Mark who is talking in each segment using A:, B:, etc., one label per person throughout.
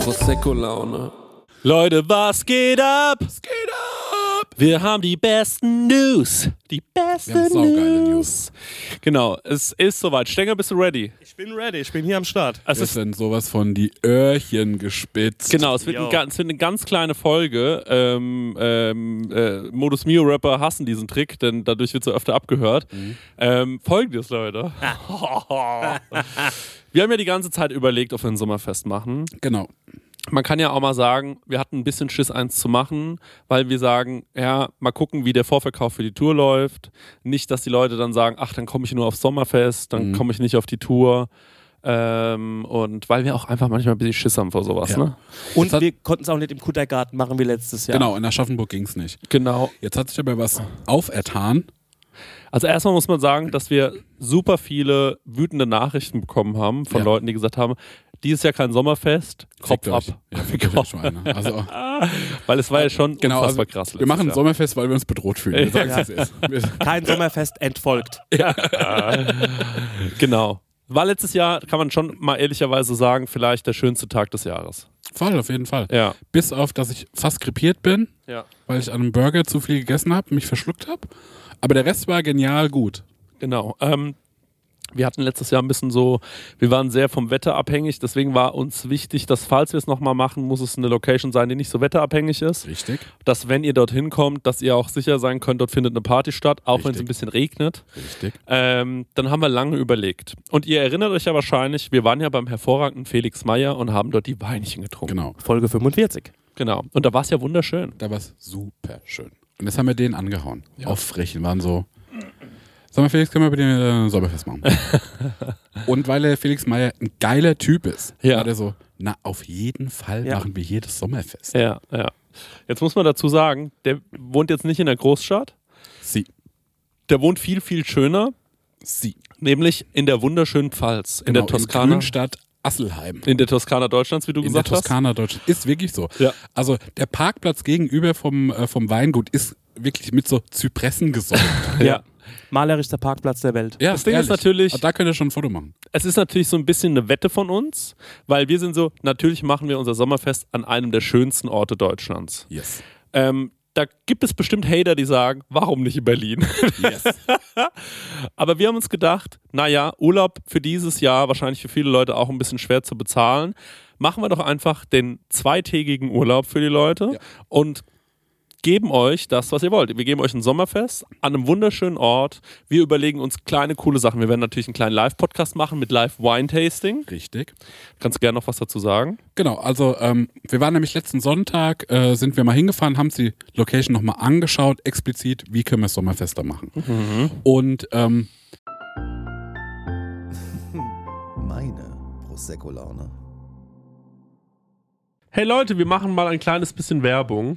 A: Prosecco-Laune.
B: Leute, was geht ab?
A: Es geht ab!
B: Wir haben die besten News. Die
A: Wir haben
B: besten
A: saugeile
B: News. Genau, es ist soweit. Stenger, bist du ready?
C: Ich bin ready, ich bin hier am Start.
B: Es
A: Das ist
B: ist,
A: denn sowas von die Öhrchen gespitzt.
B: genau, es wird,
C: Yo.
B: ein, ga- es wird eine ganz kleine Folge. Ähm, ähm, äh, Modus Mio Rapper hassen diesen Trick, denn dadurch wird so öfter abgehört.
A: Mhm.
B: Ähm, Folgendes, Leute. Wir haben ja die ganze Zeit überlegt, ob wir ein Sommerfest machen.
A: Genau.
B: man kann ja auch mal sagen, wir hatten ein bisschen Schiss, eins zu machen, weil wir sagen, ja, mal gucken, wie der Vorverkauf für die Tour läuft. Nicht, dass die Leute dann sagen, ach, dann komme ich nur aufs Sommerfest,
A: Mhm.
B: dann komme ich nicht auf die Tour. Ähm, und weil wir auch einfach manchmal ein bisschen Schiss haben vor sowas,
A: Ja.
B: ne?
C: Und wir konnten es auch nicht im Kuttergarten machen wie letztes Jahr.
A: Genau, in Aschaffenburg ging es nicht.
B: Genau.
A: Jetzt hat sich aber was aufertan.
B: Also erstmal muss man sagen, dass wir super viele wütende Nachrichten bekommen haben von
A: Ja.
B: Leuten, die gesagt haben, dieses Jahr kein Sommerfest, Kopf
A: Fickt
B: ab.
A: euch. Ja, fickt euch, Schweine. Also,
B: Weil es war ja schon
A: genau,
B: unfassbar
A: also,
B: krass.
A: wir machen ein
B: letztes
A: Sommerfest, weil wir uns bedroht fühlen. Wir
B: Ja.
A: sagen's, wie es ist. Wir-
C: Kein Sommerfest entfolgt.
B: Jahr. Genau. War letztes Jahr, kann man schon mal ehrlicherweise sagen, vielleicht der schönste Tag des Jahres.
A: Voll, auf jeden Fall.
B: Ja.
A: Bis auf, dass ich fast krepiert bin,
B: Ja.
A: weil ich an einem Burger zu viel gegessen habe, mich verschluckt habe. Aber der Rest war genial gut.
B: Genau. Ähm, wir hatten letztes Jahr ein bisschen so, wir waren sehr vom Wetter abhängig, deswegen war uns wichtig, dass falls wir es nochmal machen, muss es eine Location sein, die nicht so wetterabhängig ist.
A: Richtig.
B: Dass wenn ihr dorthin kommt, dass ihr auch sicher sein könnt, dort findet eine Party statt, auch wenn es
A: Richtig.
B: ein bisschen regnet.
A: Richtig.
B: Ähm, dann haben wir lange überlegt. Und ihr erinnert euch ja wahrscheinlich, wir waren ja beim hervorragenden Felix Meyer und haben dort die Weinchen getrunken.
A: Genau.
C: Folge 45.
B: Genau. Und da war es ja wunderschön.
A: Da war es super schön. Und jetzt haben wir den angehauen. Auf Frechen waren so. Sag mal, Felix, können wir bitte ein Sommerfest machen? und weil der Felix Meyer ein geiler Typ ist,
B: Ja.
A: war der so, na, auf jeden Fall
C: Ja.
A: machen wir hier das Sommerfest.
B: Ja, ja. Jetzt muss man dazu sagen, der wohnt jetzt nicht in der Großstadt.
A: Sie,
B: Der wohnt viel, viel schöner.
A: sie.
B: Nämlich in der wunderschönen Pfalz, in der
A: Genau,
B: Toskana.
A: In Grünstadt Asselheim.
B: In der Toskana Deutschlands, wie du
A: In der
B: gesagt
A: Toskana Deutschland. Ist wirklich so.
B: Ja.
A: Also der Parkplatz gegenüber vom, äh, vom Weingut ist wirklich mit so Zypressen gesäumt.
B: hast. Ja.
C: Malerischster Parkplatz der Welt.
A: ja, Ah,
B: Das Ding ist natürlich-
A: Da könnt ihr schon ein Foto machen.
B: Es ist natürlich so ein bisschen eine Wette von uns, weil wir sind so, natürlich machen wir unser Sommerfest an einem der schönsten Orte Deutschlands.
A: Yes.
B: Ähm, da gibt es bestimmt Hater, die sagen, warum nicht in Berlin?
A: Yes.
B: Aber wir haben uns gedacht, naja, Urlaub für dieses Jahr wahrscheinlich für viele Leute auch ein bisschen schwer zu bezahlen. Machen wir doch einfach den zweitägigen Urlaub für die Leute
A: Ja.
B: und geben euch das, was ihr wollt. Wir geben euch ein Sommerfest an einem wunderschönen Ort. Wir überlegen uns kleine, coole Sachen. Wir werden natürlich einen kleinen Live-Podcast machen mit Live-Wine-Tasting.
A: Richtig.
B: Kannst gerne noch was dazu sagen?
A: Genau, also ähm, wir waren nämlich letzten Sonntag, äh, sind wir mal hingefahren, haben uns die Location nochmal angeschaut, explizit, wie können wir das Sommerfest da machen. Und ähm,
D: Meine Prosecco-Laune.
B: Hey Leute, wir machen mal ein kleines bisschen Werbung.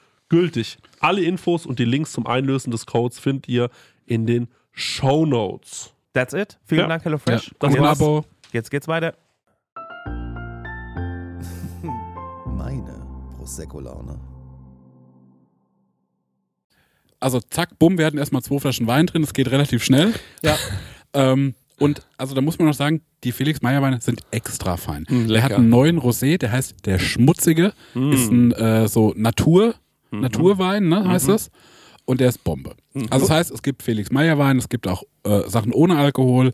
B: gültig. Alle Infos und die Links zum Einlösen des Codes findet ihr in den Show Notes.
C: That's it. Vielen
B: Ja.
C: Dank, HelloFresh.
A: ja. das
C: Und
A: ist ein
C: jetzt,
A: Abo.
C: jetzt geht's weiter.
D: Meine Prosecco-Laune.
A: Also zack, bumm, wir hatten erstmal zwei Flaschen Wein drin, es geht relativ schnell.
B: Ja.
A: Ähm, und also da muss man noch sagen, die Felix Meyer Weine sind extra fein.
B: Mm,
A: er
B: lecker. Mm.
A: hat einen neuen Rosé, der heißt der Schmutzige, ist ein äh, so Natur,
B: Mhm.
A: Naturwein, ne, heißt das. Und der ist Bombe. Also das heißt, es gibt Felix Meyer Wein, es gibt auch äh, Sachen ohne Alkohol.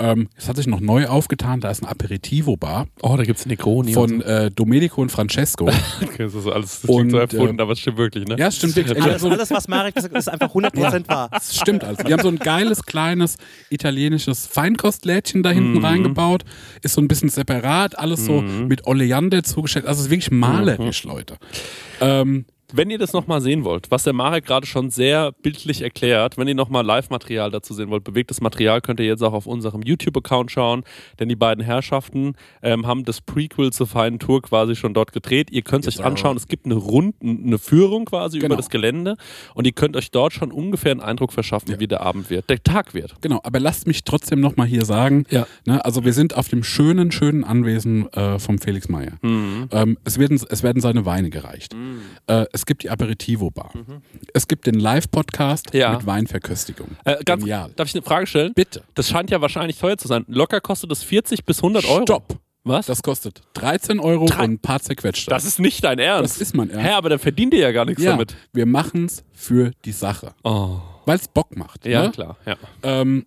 A: Ähm, es hat sich noch neu aufgetan, da ist ein Aperitivo Bar
B: Oh, da gibt es Negroni.
A: von äh, Domenico und Francesco.
B: das ist alles das
A: Und,
B: klingt so erfunden,
A: äh,
B: aber es stimmt wirklich, ne?
A: ja, es stimmt wirklich. Also
E: Alles, alles was Marek gesagt hat, ist einfach 100% wahr.
A: Das stimmt also. Die haben so ein geiles, kleines italienisches Feinkostlädchen da
B: Mhm.
A: hinten reingebaut. Ist so ein bisschen separat, alles so mit Oleander zugestellt. Also es ist wirklich malerisch,
B: Mhm.
A: Leute. Ähm,
B: Wenn ihr das nochmal sehen wollt, was der Marek gerade schon sehr bildlich erklärt, wenn ihr nochmal Live-Material dazu sehen wollt, bewegtes Material, könnt ihr jetzt auch auf unserem YouTube-Account schauen, denn die beiden Herrschaften ähm, haben das Prequel zur feinen Tour quasi schon dort gedreht. Ihr könnt es euch anschauen, es gibt eine Runden, eine Führung quasi über
A: Genau.
B: das Gelände und ihr könnt euch dort schon ungefähr einen Eindruck verschaffen, wie der Abend wird, der Tag wird.
A: genau, aber lasst mich trotzdem nochmal hier sagen,
B: Ja.
A: ne, also wir sind auf dem schönen, schönen Anwesen äh, vom Felix Meyer.
B: Mhm.
A: Ähm, es, werden, es werden seine Weine gereicht. Äh, es gibt die Aperitivo-Bar. Es gibt den Live-Podcast
B: Mhm. Ja.
A: mit Weinverköstigung.
B: Äh, ganz,
A: Genial.
B: darf ich eine Frage stellen?
A: Bitte.
B: Das scheint ja wahrscheinlich teuer zu sein. Locker kostet es 40 bis 100 Euro.
A: Stopp.
B: Was?
A: Das kostet 13 Euro
B: Drei-
A: und ein paar zerquetschte.
B: Das ist nicht dein Ernst.
A: Das ist mein Ernst.
B: Hä, aber dann verdient ihr ja gar nichts
A: ja,
B: damit.
A: wir machen es für die Sache,
B: Oh.
A: weil es Bock macht.
B: Ja,
A: ne?
B: klar. Ja.
A: Ähm,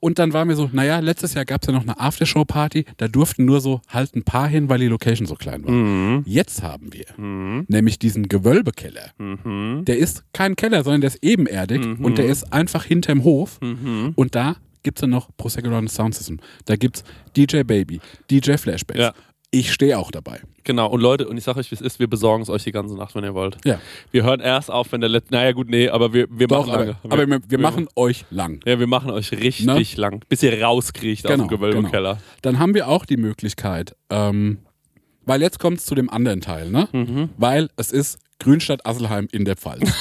A: und dann waren wir so, naja, letztes Jahr gab es ja noch eine Aftershow-Party, da durften nur so halt ein paar hin, weil die Location so klein war.
B: Mhm.
A: Jetzt haben wir nämlich diesen Gewölbekeller.
B: Mhm.
A: Der ist kein Keller, sondern der ist ebenerdig und der ist einfach hinterm Hof.
B: Mhm.
A: Und da gibt es dann noch Prosecco Laune Sound System. Da gibt es DJ Baby, DJ Flashbacks.
B: Ja.
A: Ich stehe auch dabei.
B: Genau. Und Leute, und ich sage euch, wie es ist, wir besorgen es euch die ganze Nacht, wenn ihr wollt.
A: Ja.
B: Wir hören erst auf, wenn der letzte. Naja, gut, nee, aber wir, wir
A: Doch,
B: machen
A: aber,
B: lange.
A: aber wir, wir machen euch lang.
B: Ja, wir machen euch richtig
A: Ne?
B: lang, bis ihr rauskriegt aus dem Gewölbekeller.
A: Genau, Dann haben wir auch die Möglichkeit, ähm, weil jetzt kommt es zu dem anderen Teil, ne?
B: Mhm.
A: Weil es ist Grünstadt Asselheim in der Pfalz.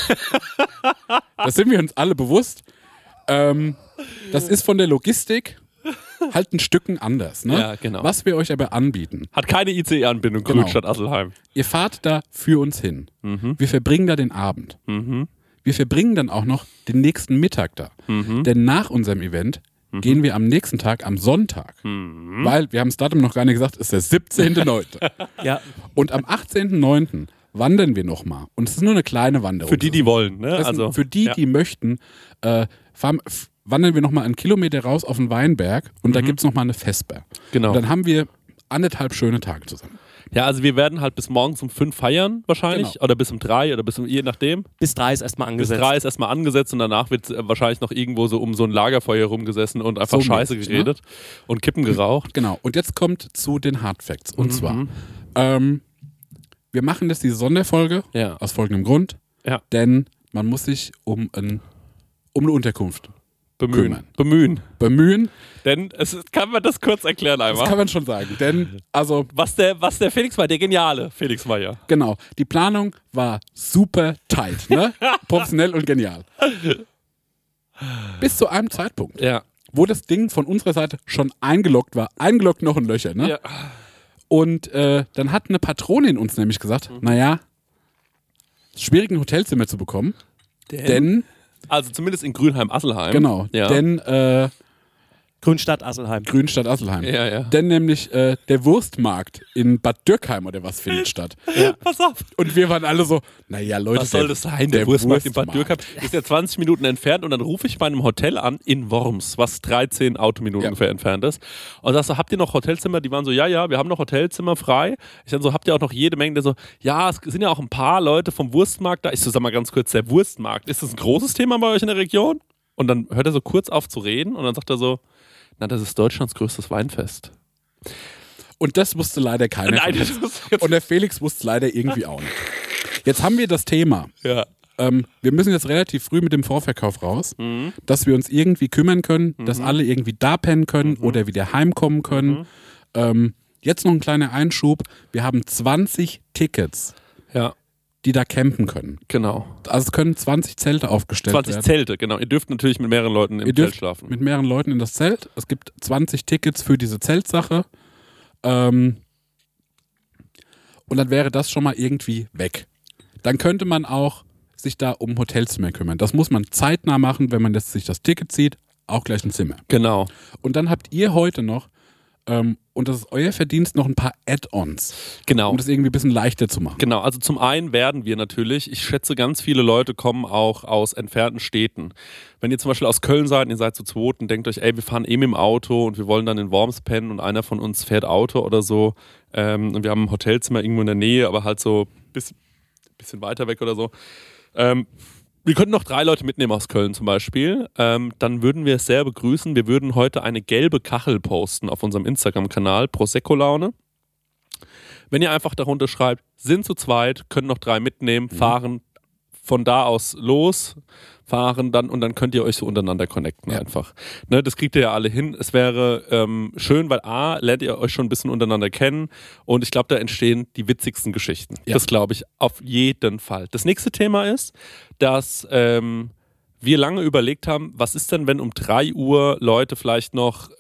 A: das sind wir uns alle bewusst. Ähm, das ist von der Logistik halt ein Stücken anders, ne?
B: Ja, genau.
A: Was wir euch aber anbieten,
B: Hat keine ICE-Anbindung,
A: Genau.
B: Grünstadt Asselheim.
A: ihr fahrt da für uns hin.
B: Mhm.
A: Wir verbringen da den Abend. Wir verbringen dann auch noch den nächsten Mittag da.
B: Mhm.
A: Denn nach unserem Event gehen wir am nächsten Tag, am Sonntag,
B: Mhm.
A: weil wir haben das Datum noch gar nicht gesagt, ist der 17.9.
E: Ja.
A: und am 18.9. wandern wir nochmal. Und es ist nur eine kleine Wanderung.
B: Für die, die wollen, ne?
A: Genau. Das sind-
B: Also,
A: für die,
B: ja.
A: die möchten, äh, fahren, f- wandern wir nochmal einen Kilometer raus auf den Weinberg und da gibt es nochmal eine Vesper.
B: Mhm. Genau.
A: Und dann haben wir anderthalb schöne Tage zusammen.
B: Ja, also wir werden halt bis morgens um fünf feiern wahrscheinlich
A: Genau.
B: oder bis um drei oder bis um je nachdem.
E: Bis drei ist erstmal
B: Bis
E: angesetzt.
B: drei ist erstmal angesetzt und danach wird äh, wahrscheinlich noch irgendwo so um so ein Lagerfeuer rumgesessen und einfach
A: So
B: Scheiße
A: mäßig,
B: geredet und Kippen geraucht.
A: Genau. Und jetzt kommt zu den Hard Facts. Und zwar, ähm, wir machen jetzt diese Sonderfolge
B: Ja.
A: aus folgendem Grund.
B: Ja.
A: Denn man muss sich um, ein, um eine Unterkunft
B: Bemühen.
A: Kümmern.
B: Bemühen.
A: bemühen.
B: Denn es ist, kann man das kurz erklären
A: Das kann
B: einmal.
A: man schon sagen. Denn, also,
B: Was der, was der Felix war, der geniale Felix war ja.
A: genau, die Planung war super tight, ne? Professionell und genial. Bis zu einem Zeitpunkt,
B: Ja.
A: wo das Ding von unserer Seite schon eingeloggt war. Eingeloggt noch ein Löcher, ne?
B: Ja.
A: Und äh, dann hat eine Patronin uns nämlich gesagt,
B: Mhm.
A: naja, ist schwierig ein Hotelzimmer zu bekommen, denn,
B: Also zumindest in Grünheim-Asselheim.
A: genau,
B: Ja.
A: denn äh,
E: Grünstadt Asselheim.
A: Grünstadt Asselheim.
B: Ja, ja.
A: Denn nämlich äh, der Wurstmarkt in Bad Dürkheim oder was findet statt.
B: Pass auf.
A: Und wir waren alle so, naja Leute,
B: Was soll das sein? Der, Wurstmarkt in Bad Dürkheim ist ja 20 Minuten entfernt und dann rufe ich bei einem Hotel an in Worms, was 13 Autominuten
A: Ja.
B: ungefähr entfernt ist. Und sagst so, habt ihr noch Hotelzimmer? Die waren so, ja, ja, wir haben noch Hotelzimmer frei. Ich dann so, habt ihr auch noch jede Menge? Der so, ja, es sind ja auch ein paar Leute vom Wurstmarkt da. Ich so, sag mal ganz kurz, der Wurstmarkt, ist das ein großes Thema bei euch in der Region? Und dann hört er so kurz auf zu reden und dann sagt er so, na, das ist Deutschlands größtes Weinfest.
A: Und das wusste leider keiner.
B: Nein,
A: von
B: das
A: uns.
B: ist jetzt-
A: Und der Felix wusste es leider irgendwie auch nicht. Jetzt haben wir das Thema.
B: Ja.
A: Ähm, wir müssen jetzt relativ früh mit dem Vorverkauf raus, dass wir uns irgendwie kümmern können, dass alle irgendwie da pennen können oder wieder heimkommen können. Ähm, jetzt noch ein kleiner Einschub. Wir haben 20 Tickets,
B: Ja,
A: die da campen können.
B: genau.
A: Also es können 20 Zelte aufgestellt
B: 20
A: werden.
B: Zelte, genau. Ihr dürft natürlich mit mehreren Leuten im
A: Ihr
B: Zelt
A: dürft
B: schlafen.
A: mit mehreren Leuten in das Zelt. Es gibt 20 Tickets für diese Zeltsache. Ähm, und dann wäre das schon mal irgendwie weg. Dann könnte man auch sich da um Hotelzimmer kümmern. Das muss man zeitnah machen, wenn man jetzt sich das Ticket zieht, auch gleich ein Zimmer.
B: genau.
A: Und dann habt ihr heute noch, ähm, und das ist euer Verdienst, noch ein paar Add-ons,
B: Genau.
A: um das irgendwie ein bisschen leichter zu machen.
B: Genau, also zum einen werden wir natürlich, ich schätze, ganz viele Leute kommen auch aus entfernten Städten. Wenn ihr zum Beispiel aus Köln seid und ihr seid zu zweit und denkt euch, ey, wir fahren eh mit dem Auto und wir wollen dann in Worms pennen und einer von uns fährt Auto oder so ähm, und wir haben ein Hotelzimmer irgendwo in der Nähe, aber halt so ein bisschen, bisschen weiter weg oder so. Ähm, wir könnten noch drei Leute mitnehmen aus Köln zum Beispiel. Ähm, dann würden wir es sehr begrüßen. Wir würden heute eine gelbe Kachel posten auf unserem Instagram-Kanal Prosecco Laune. Wenn ihr einfach darunter schreibt, sind zu zweit, können noch drei mitnehmen, fahren von da aus los, fahren dann und dann könnt ihr euch so untereinander connecten einfach. Ne, das kriegt ihr ja alle hin. Es wäre ähm, schön, weil A, lernt ihr euch schon ein bisschen untereinander kennen und ich glaube, da entstehen die witzigsten Geschichten.
A: Ja.
B: Das glaube ich auf jeden Fall. Das nächste Thema ist, dass ähm, wir lange überlegt haben, was ist denn, wenn um 3 Uhr Leute vielleicht noch,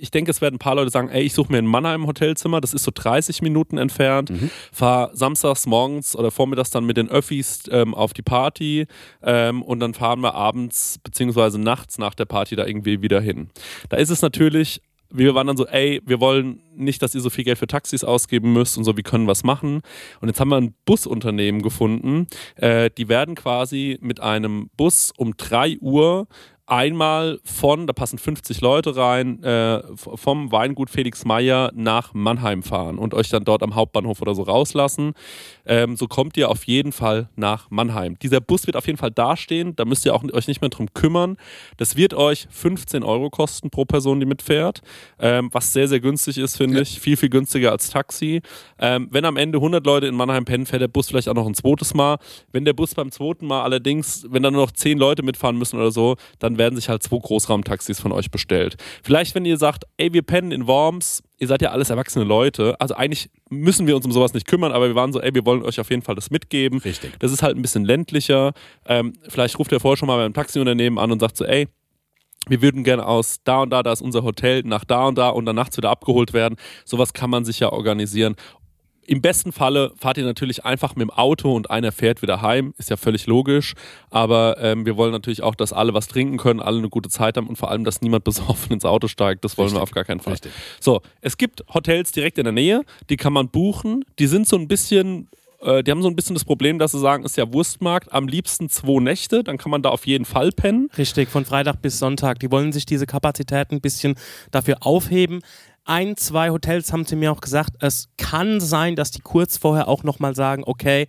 B: ich denke, es werden ein paar Leute sagen, ey, ich suche mir in Mannheim ein Hotelzimmer, das ist so 30 Minuten entfernt, fahr samstags morgens oder vormittags dann mit den Öffis ähm, auf die Party ähm, und dann fahren wir abends beziehungsweise nachts nach der Party da irgendwie wieder hin. Da ist es natürlich wir waren dann so, ey, wir wollen nicht, dass ihr so viel Geld für Taxis ausgeben müsst und so, wir können was machen. Und jetzt haben wir ein Busunternehmen gefunden, äh, die werden quasi mit einem Bus um 3 Uhr einmal von, da passen 50 Leute rein, äh, v- vom Weingut Felix Meyer nach Mannheim fahren und euch dann dort am Hauptbahnhof oder so rauslassen. Ähm, so kommt ihr auf jeden Fall nach Mannheim. Dieser Bus wird auf jeden Fall dastehen, da müsst ihr auch, euch nicht mehr drum kümmern. Das wird euch 15 Euro kosten pro Person, die mitfährt, ähm, was sehr, sehr günstig ist, finde ich. Viel, viel günstiger als Taxi. Ähm, wenn am Ende 100 Leute in Mannheim pennen, fährt der Bus vielleicht auch noch ein zweites Mal. Wenn der Bus beim zweiten Mal allerdings, wenn da nur noch 10 Leute mitfahren müssen oder so, dann werden sich halt zwei Großraumtaxis von euch bestellt. Vielleicht, wenn ihr sagt, ey, wir pennen in Worms, ihr seid ja alles erwachsene Leute, also eigentlich müssen wir uns um sowas nicht kümmern, aber wir waren so, ey, wir wollen euch auf jeden Fall das mitgeben.
A: Richtig.
B: Das ist halt ein bisschen ländlicher. Ähm, vielleicht ruft er vorher schon mal beim Taxiunternehmen an und sagt so, ey, wir würden gerne aus da und da, da ist unser Hotel, nach da und da und dann nachts wieder abgeholt werden. Sowas kann man sich ja organisieren. Im besten Falle fahrt ihr natürlich einfach mit dem Auto und einer fährt wieder heim, ist ja völlig logisch. Aber ähm, wir wollen natürlich auch, dass alle was trinken können, alle eine gute Zeit haben und vor allem, dass niemand besoffen ins Auto steigt. Das wollen wir auf gar keinen Fall.
A: Richtig.
B: So, es gibt Hotels direkt in der Nähe, die kann man buchen. Die sind so ein bisschen, äh, die haben so ein bisschen das Problem, dass sie sagen, ist ja Wurstmarkt, am liebsten zwei Nächte, dann kann man da auf jeden Fall pennen.
E: Richtig, von Freitag bis Sonntag. Die wollen sich diese Kapazitäten ein bisschen dafür aufheben. ein, zwei Hotels haben sie mir auch gesagt, es kann sein, dass die kurz vorher auch nochmal sagen, okay,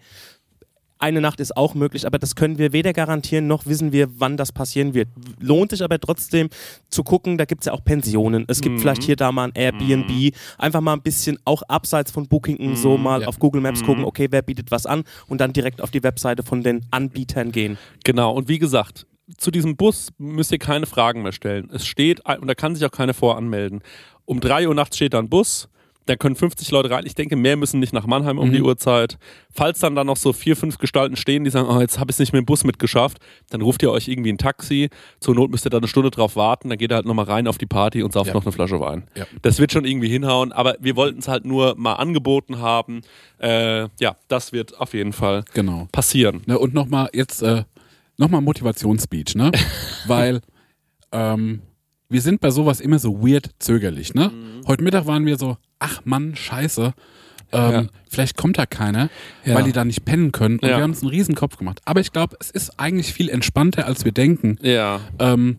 E: eine Nacht ist auch möglich, aber das können wir weder garantieren, noch wissen wir, wann das passieren wird. Lohnt sich aber trotzdem zu gucken, da gibt es ja auch Pensionen. Es gibt vielleicht hier da mal ein Airbnb. Einfach mal ein bisschen auch abseits von Booking und so mal
A: Ja.
E: auf Google Maps gucken, okay, wer bietet was an und dann direkt auf die Webseite von den Anbietern gehen.
B: Genau, und wie gesagt, zu diesem Bus müsst ihr keine Fragen mehr stellen. Es steht, ein- und da kann sich auch keine voranmelden. Um 3 Uhr nachts steht da ein Bus, da können 50 Leute rein. Ich denke, mehr müssen nicht nach Mannheim um die Uhrzeit. Falls dann da noch so vier, fünf Gestalten stehen, die sagen, oh, jetzt habe ich es nicht mit dem Bus mitgeschafft, dann ruft ihr euch irgendwie ein Taxi. Zur Not müsst ihr da eine Stunde drauf warten, dann geht ihr halt nochmal rein auf die Party und sauft
A: Ja.
B: noch eine Flasche Wein.
A: Ja.
B: Das wird schon irgendwie hinhauen, aber wir wollten es halt nur mal angeboten haben. Äh, ja, das wird auf jeden Fall
A: Genau.
B: passieren.
A: Ne, und nochmal jetzt äh, nochmal Motivationsspeech, ne? Weil ähm, wir sind bei sowas immer so weird zögerlich, ne?
B: Mhm.
A: Heute Mittag waren wir so, ach Mann, scheiße. Ähm,
B: Ja.
A: Vielleicht kommt da keiner,
B: Ja.
A: weil die da nicht pennen können. Und
B: Ja.
A: wir haben uns einen Riesenkopf gemacht. Aber ich glaube, es ist eigentlich viel entspannter, als wir denken.
B: Ja,
A: Ähm,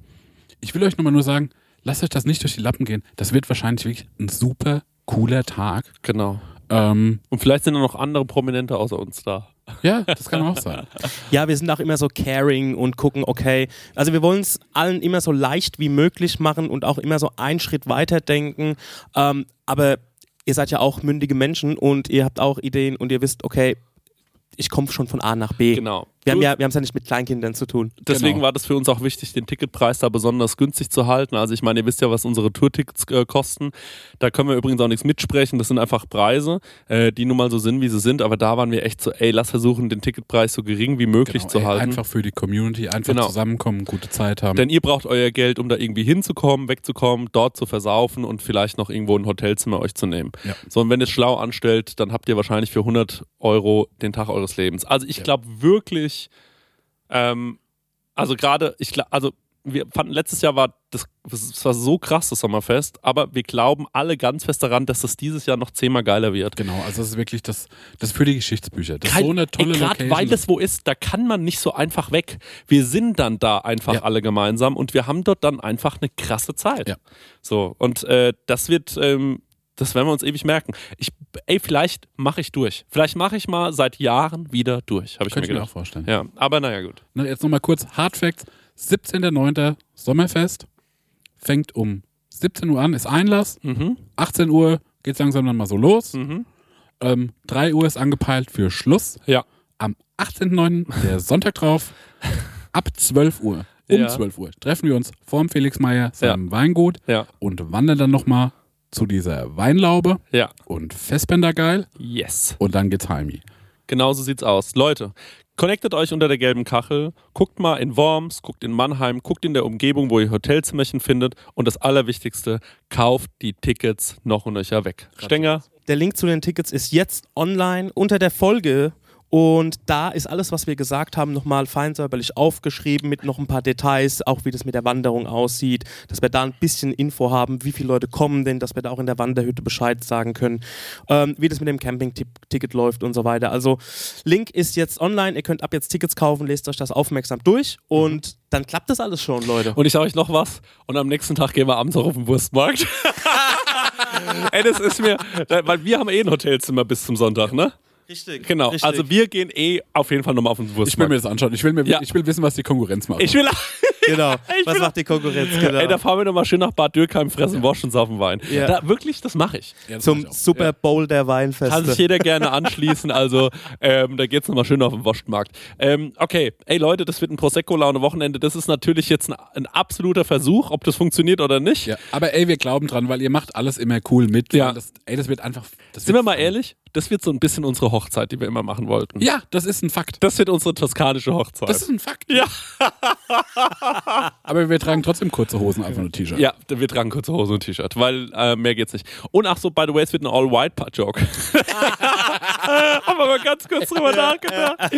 A: ich will euch nochmal nur sagen, lasst euch das nicht durch die Lappen gehen. Das wird wahrscheinlich wirklich ein super cooler Tag.
B: genau.
A: Ähm,
B: Und vielleicht sind da noch andere Prominente außer uns da.
A: ja, das kann auch sein.
E: Ja, wir sind auch immer so caring und gucken, okay. Also wir wollen es allen immer so leicht wie möglich machen und auch immer so einen Schritt weiter denken. Ähm, aber ihr seid ja auch mündige Menschen und ihr habt auch Ideen und ihr wisst, okay, ich komme schon von A nach B.
B: Genau.
E: Wir haben
B: Du-
E: ja, wir haben's ja nicht mit Kleinkindern zu tun.
B: Deswegen
A: Genau.
B: war das für uns auch wichtig, den Ticketpreis da besonders günstig zu halten. Also ich meine, ihr wisst ja, was unsere Tourtickets äh, kosten. Da können wir übrigens auch nichts mitsprechen. Das sind einfach Preise, äh, die nun mal so sind, wie sie sind. Aber da waren wir echt so, ey, lass versuchen, den Ticketpreis so gering wie möglich
A: Genau,
B: zu
A: ey,
B: halten.
A: Einfach für die Community, einfach
B: Genau.
A: zusammenkommen, gute Zeit haben.
B: Denn ihr braucht euer Geld, um da irgendwie hinzukommen, wegzukommen, dort zu versaufen und vielleicht noch irgendwo ein Hotelzimmer euch zu nehmen.
A: Ja.
B: So, und wenn ihr es schlau anstellt, dann habt ihr wahrscheinlich für 100 Euro den Tag eures Lebens. Also ich glaube wirklich, ähm, also gerade, ich gla- also wir fanden, letztes Jahr war das, das war so krass, das Sommerfest, aber wir glauben alle ganz fest daran, dass es dieses Jahr noch zehnmal geiler wird.
A: genau, also das ist wirklich das, das ist für die Geschichtsbücher. Das ist so eine tolle
B: ey,
A: Location.
B: Gerade weil das wo ist, da kann man nicht so einfach weg. Wir sind dann da einfach
A: Ja.
B: alle gemeinsam und wir haben dort dann einfach eine krasse Zeit.
A: Ja.
B: So, und äh, das wird, ähm, das werden wir uns ewig merken. Ich, ey, vielleicht mache ich durch. Vielleicht mache ich mal seit Jahren wieder durch, habe ich
A: könnte ich
B: mir
A: mir auch
B: gedacht.
A: vorstellen.
B: ja, aber naja, gut.
A: Na, jetzt nochmal kurz, Hard Facts, 17.09. Sommerfest, fängt um 17 Uhr an, ist Einlass,
B: Mhm.
A: 18 Uhr geht es langsam dann mal so los,
B: Mhm.
A: ähm, 3 Uhr ist angepeilt für Schluss,
B: Ja.
A: am 18.09., der Sonntag drauf, ab 12 Uhr, um
B: Ja.
A: 12 Uhr, treffen wir uns vorm Felix Meyer, seinem Weingut
B: Ja.
A: und wandern dann nochmal zu dieser Weinlaube
B: Ja.
A: und Festbänder geil
B: Yes.
A: und dann geht's heimi.
B: Genau so sieht's aus. Leute, connectet euch unter der gelben Kachel, guckt mal in Worms, guckt in Mannheim, guckt in der Umgebung, wo ihr Hotelzimmerchen findet und das Allerwichtigste, kauft die Tickets noch und nöcher weg. Stenger,
E: Der Link zu den Tickets ist jetzt online unter der Folge. Und da ist alles, was wir gesagt haben, nochmal feinsäuberlich aufgeschrieben mit noch ein paar Details, auch wie das mit der Wanderung aussieht, dass wir da ein bisschen Info haben, wie viele Leute kommen denn, dass wir da auch in der Wanderhütte Bescheid sagen können, ähm, wie das mit dem Campingticket läuft und so weiter. Also Link ist jetzt online, ihr könnt ab jetzt Tickets kaufen, lest euch das aufmerksam durch und dann klappt das alles schon, Leute.
B: und ich sage euch noch was und am nächsten Tag gehen wir abends auch auf den Wurstmarkt. Ey, das ist mir, weil wir haben eh ein Hotelzimmer bis zum Sonntag, ne?
E: richtig.
B: Genau, also wir gehen eh auf jeden Fall nochmal auf den
A: Ich will mir
B: Wurstmarkt.
A: das anschauen. Ich will, mir,
B: Ja.
A: ich will wissen, was die Konkurrenz macht.
B: Ich will,
E: genau.
B: Ich
E: Was
B: bin-
E: macht die Konkurrenz? Genau.
B: ey, da fahren wir nochmal schön nach Bad Dürkheim, fressen Waschen, saufen Wein.
E: Ja.
B: Da, wirklich, das mache ich.
A: Ja, das
E: Zum
A: mach ich auch.
E: Super Bowl der Weinfeste.
B: Kann sich jeder gerne anschließen. Also, ähm, da geht's nochmal schön auf den Waschmarkt. Ähm, okay, ey Leute, das wird ein Prosecco-Laune-Wochenende. Das ist natürlich jetzt ein, ein absoluter Versuch, ob das funktioniert oder nicht.
A: Ja, aber ey, wir glauben dran, weil ihr macht alles immer cool mit.
B: Ja.
A: weil Das, ey, das wird einfach. Das
B: Sind
A: wird
B: wir mal
A: fun.
B: ehrlich? Das wird so ein bisschen unsere Hochzeit, die wir immer machen wollten.
A: Ja, das ist ein Fakt.
B: Das wird unsere toskanische Hochzeit.
A: Das ist ein Fakt. ne?
B: Ja.
A: aber wir tragen trotzdem kurze Hosen, einfach nur T-Shirt.
B: ja, wir tragen kurze Hose und T-Shirt, weil äh, mehr geht's nicht. Und ach so, by the way, es wird ein All-White-Joke. Haben wir mal ganz kurz drüber nachgedacht.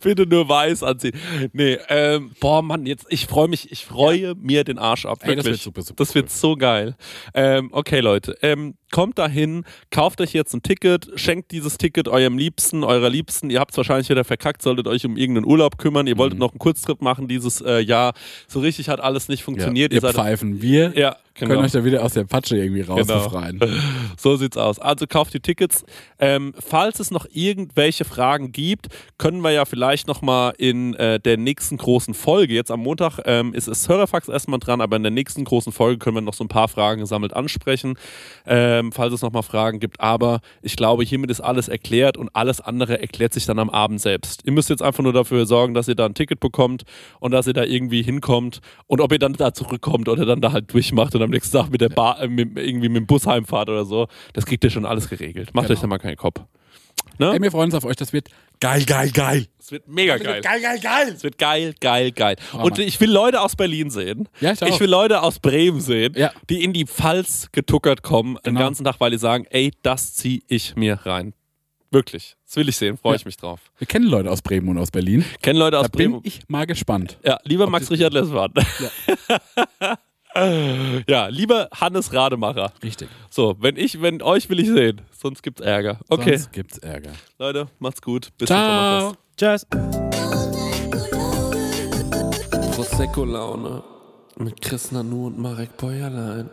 B: Bitte nur weiß anziehen. Nee, ähm, boah, Mann, jetzt, ich freue mich, ich freue mir den Arsch ab.
A: Ey,
B: Wirklich.
A: das wird super, super
B: Das wird
A: cool.
B: so geil. Ähm, okay, Leute, ähm, kommt dahin, kauft euch jetzt ein Ticket, schenkt dieses Ticket eurem Liebsten,
A: Mhm.
B: eurer Liebsten. Ihr habt es wahrscheinlich wieder verkackt, solltet euch um irgendeinen Urlaub kümmern. Ihr wolltet noch einen Kurztrip machen dieses äh, ja, so richtig hat alles nicht funktioniert.
A: Ja, ihr
B: seid-
A: pfeifen. Wir
B: ja, genau.
A: können euch da wieder aus der Patsche irgendwie rausbefreien.
B: So sieht's aus. Also kauft die Tickets. Ähm, falls es noch irgendwelche Fragen gibt, können wir ja vielleicht nochmal in äh, der nächsten großen Folge, jetzt am Montag ähm, ist es Hörerfax erstmal dran, aber in der nächsten großen Folge können wir noch so ein paar Fragen gesammelt ansprechen, ähm, falls es nochmal Fragen gibt. Aber ich glaube, hiermit ist alles erklärt und alles andere erklärt sich dann am Abend selbst. Ihr müsst jetzt einfach nur dafür sorgen, dass ihr da ein Ticket bekommt und dass ihr da irgendwie hinkommt und ob ihr dann da zurückkommt oder dann da halt durchmacht und am nächsten Tag mit der Bar, äh, mit, irgendwie mit dem Bus heimfahrt oder so, das kriegt ihr schon alles geregelt. Macht euch da mal keinen Kopf.
A: Ey, wir freuen uns auf euch. Das wird geil, geil, geil.
B: Es wird mega geil.
A: Geil, geil, geil.
B: Es wird geil, geil, geil. und ich will Leute aus Berlin sehen.
A: Ja, ich auch.
B: will Leute aus Bremen sehen,
A: Ja.
B: die in die Pfalz getuckert kommen den
A: Genau.
B: ganzen Tag, weil die sagen, ey, das zieh ich mir rein. Wirklich. Das will ich sehen, freue
A: Ja.
B: ich mich drauf.
A: Wir kennen Leute aus Bremen und aus Berlin.
B: Kennen Leute aus
A: Da bin
B: Bremen.
A: ich mal gespannt.
B: Ja, lieber Max Richard Lessmann. Ja. lieber Hannes Rademacher.
A: Richtig.
B: So, wenn ich, wenn euch will ich sehen. Sonst gibt's Ärger. Okay,
A: Sonst gibt's Ärger.
B: Leute, macht's gut. Bis zum
A: Ciao.
B: Sommerfest.
E: Tschüss.
B: Prosecco Laune mit Chris Nanu und Marek Bäuerlein.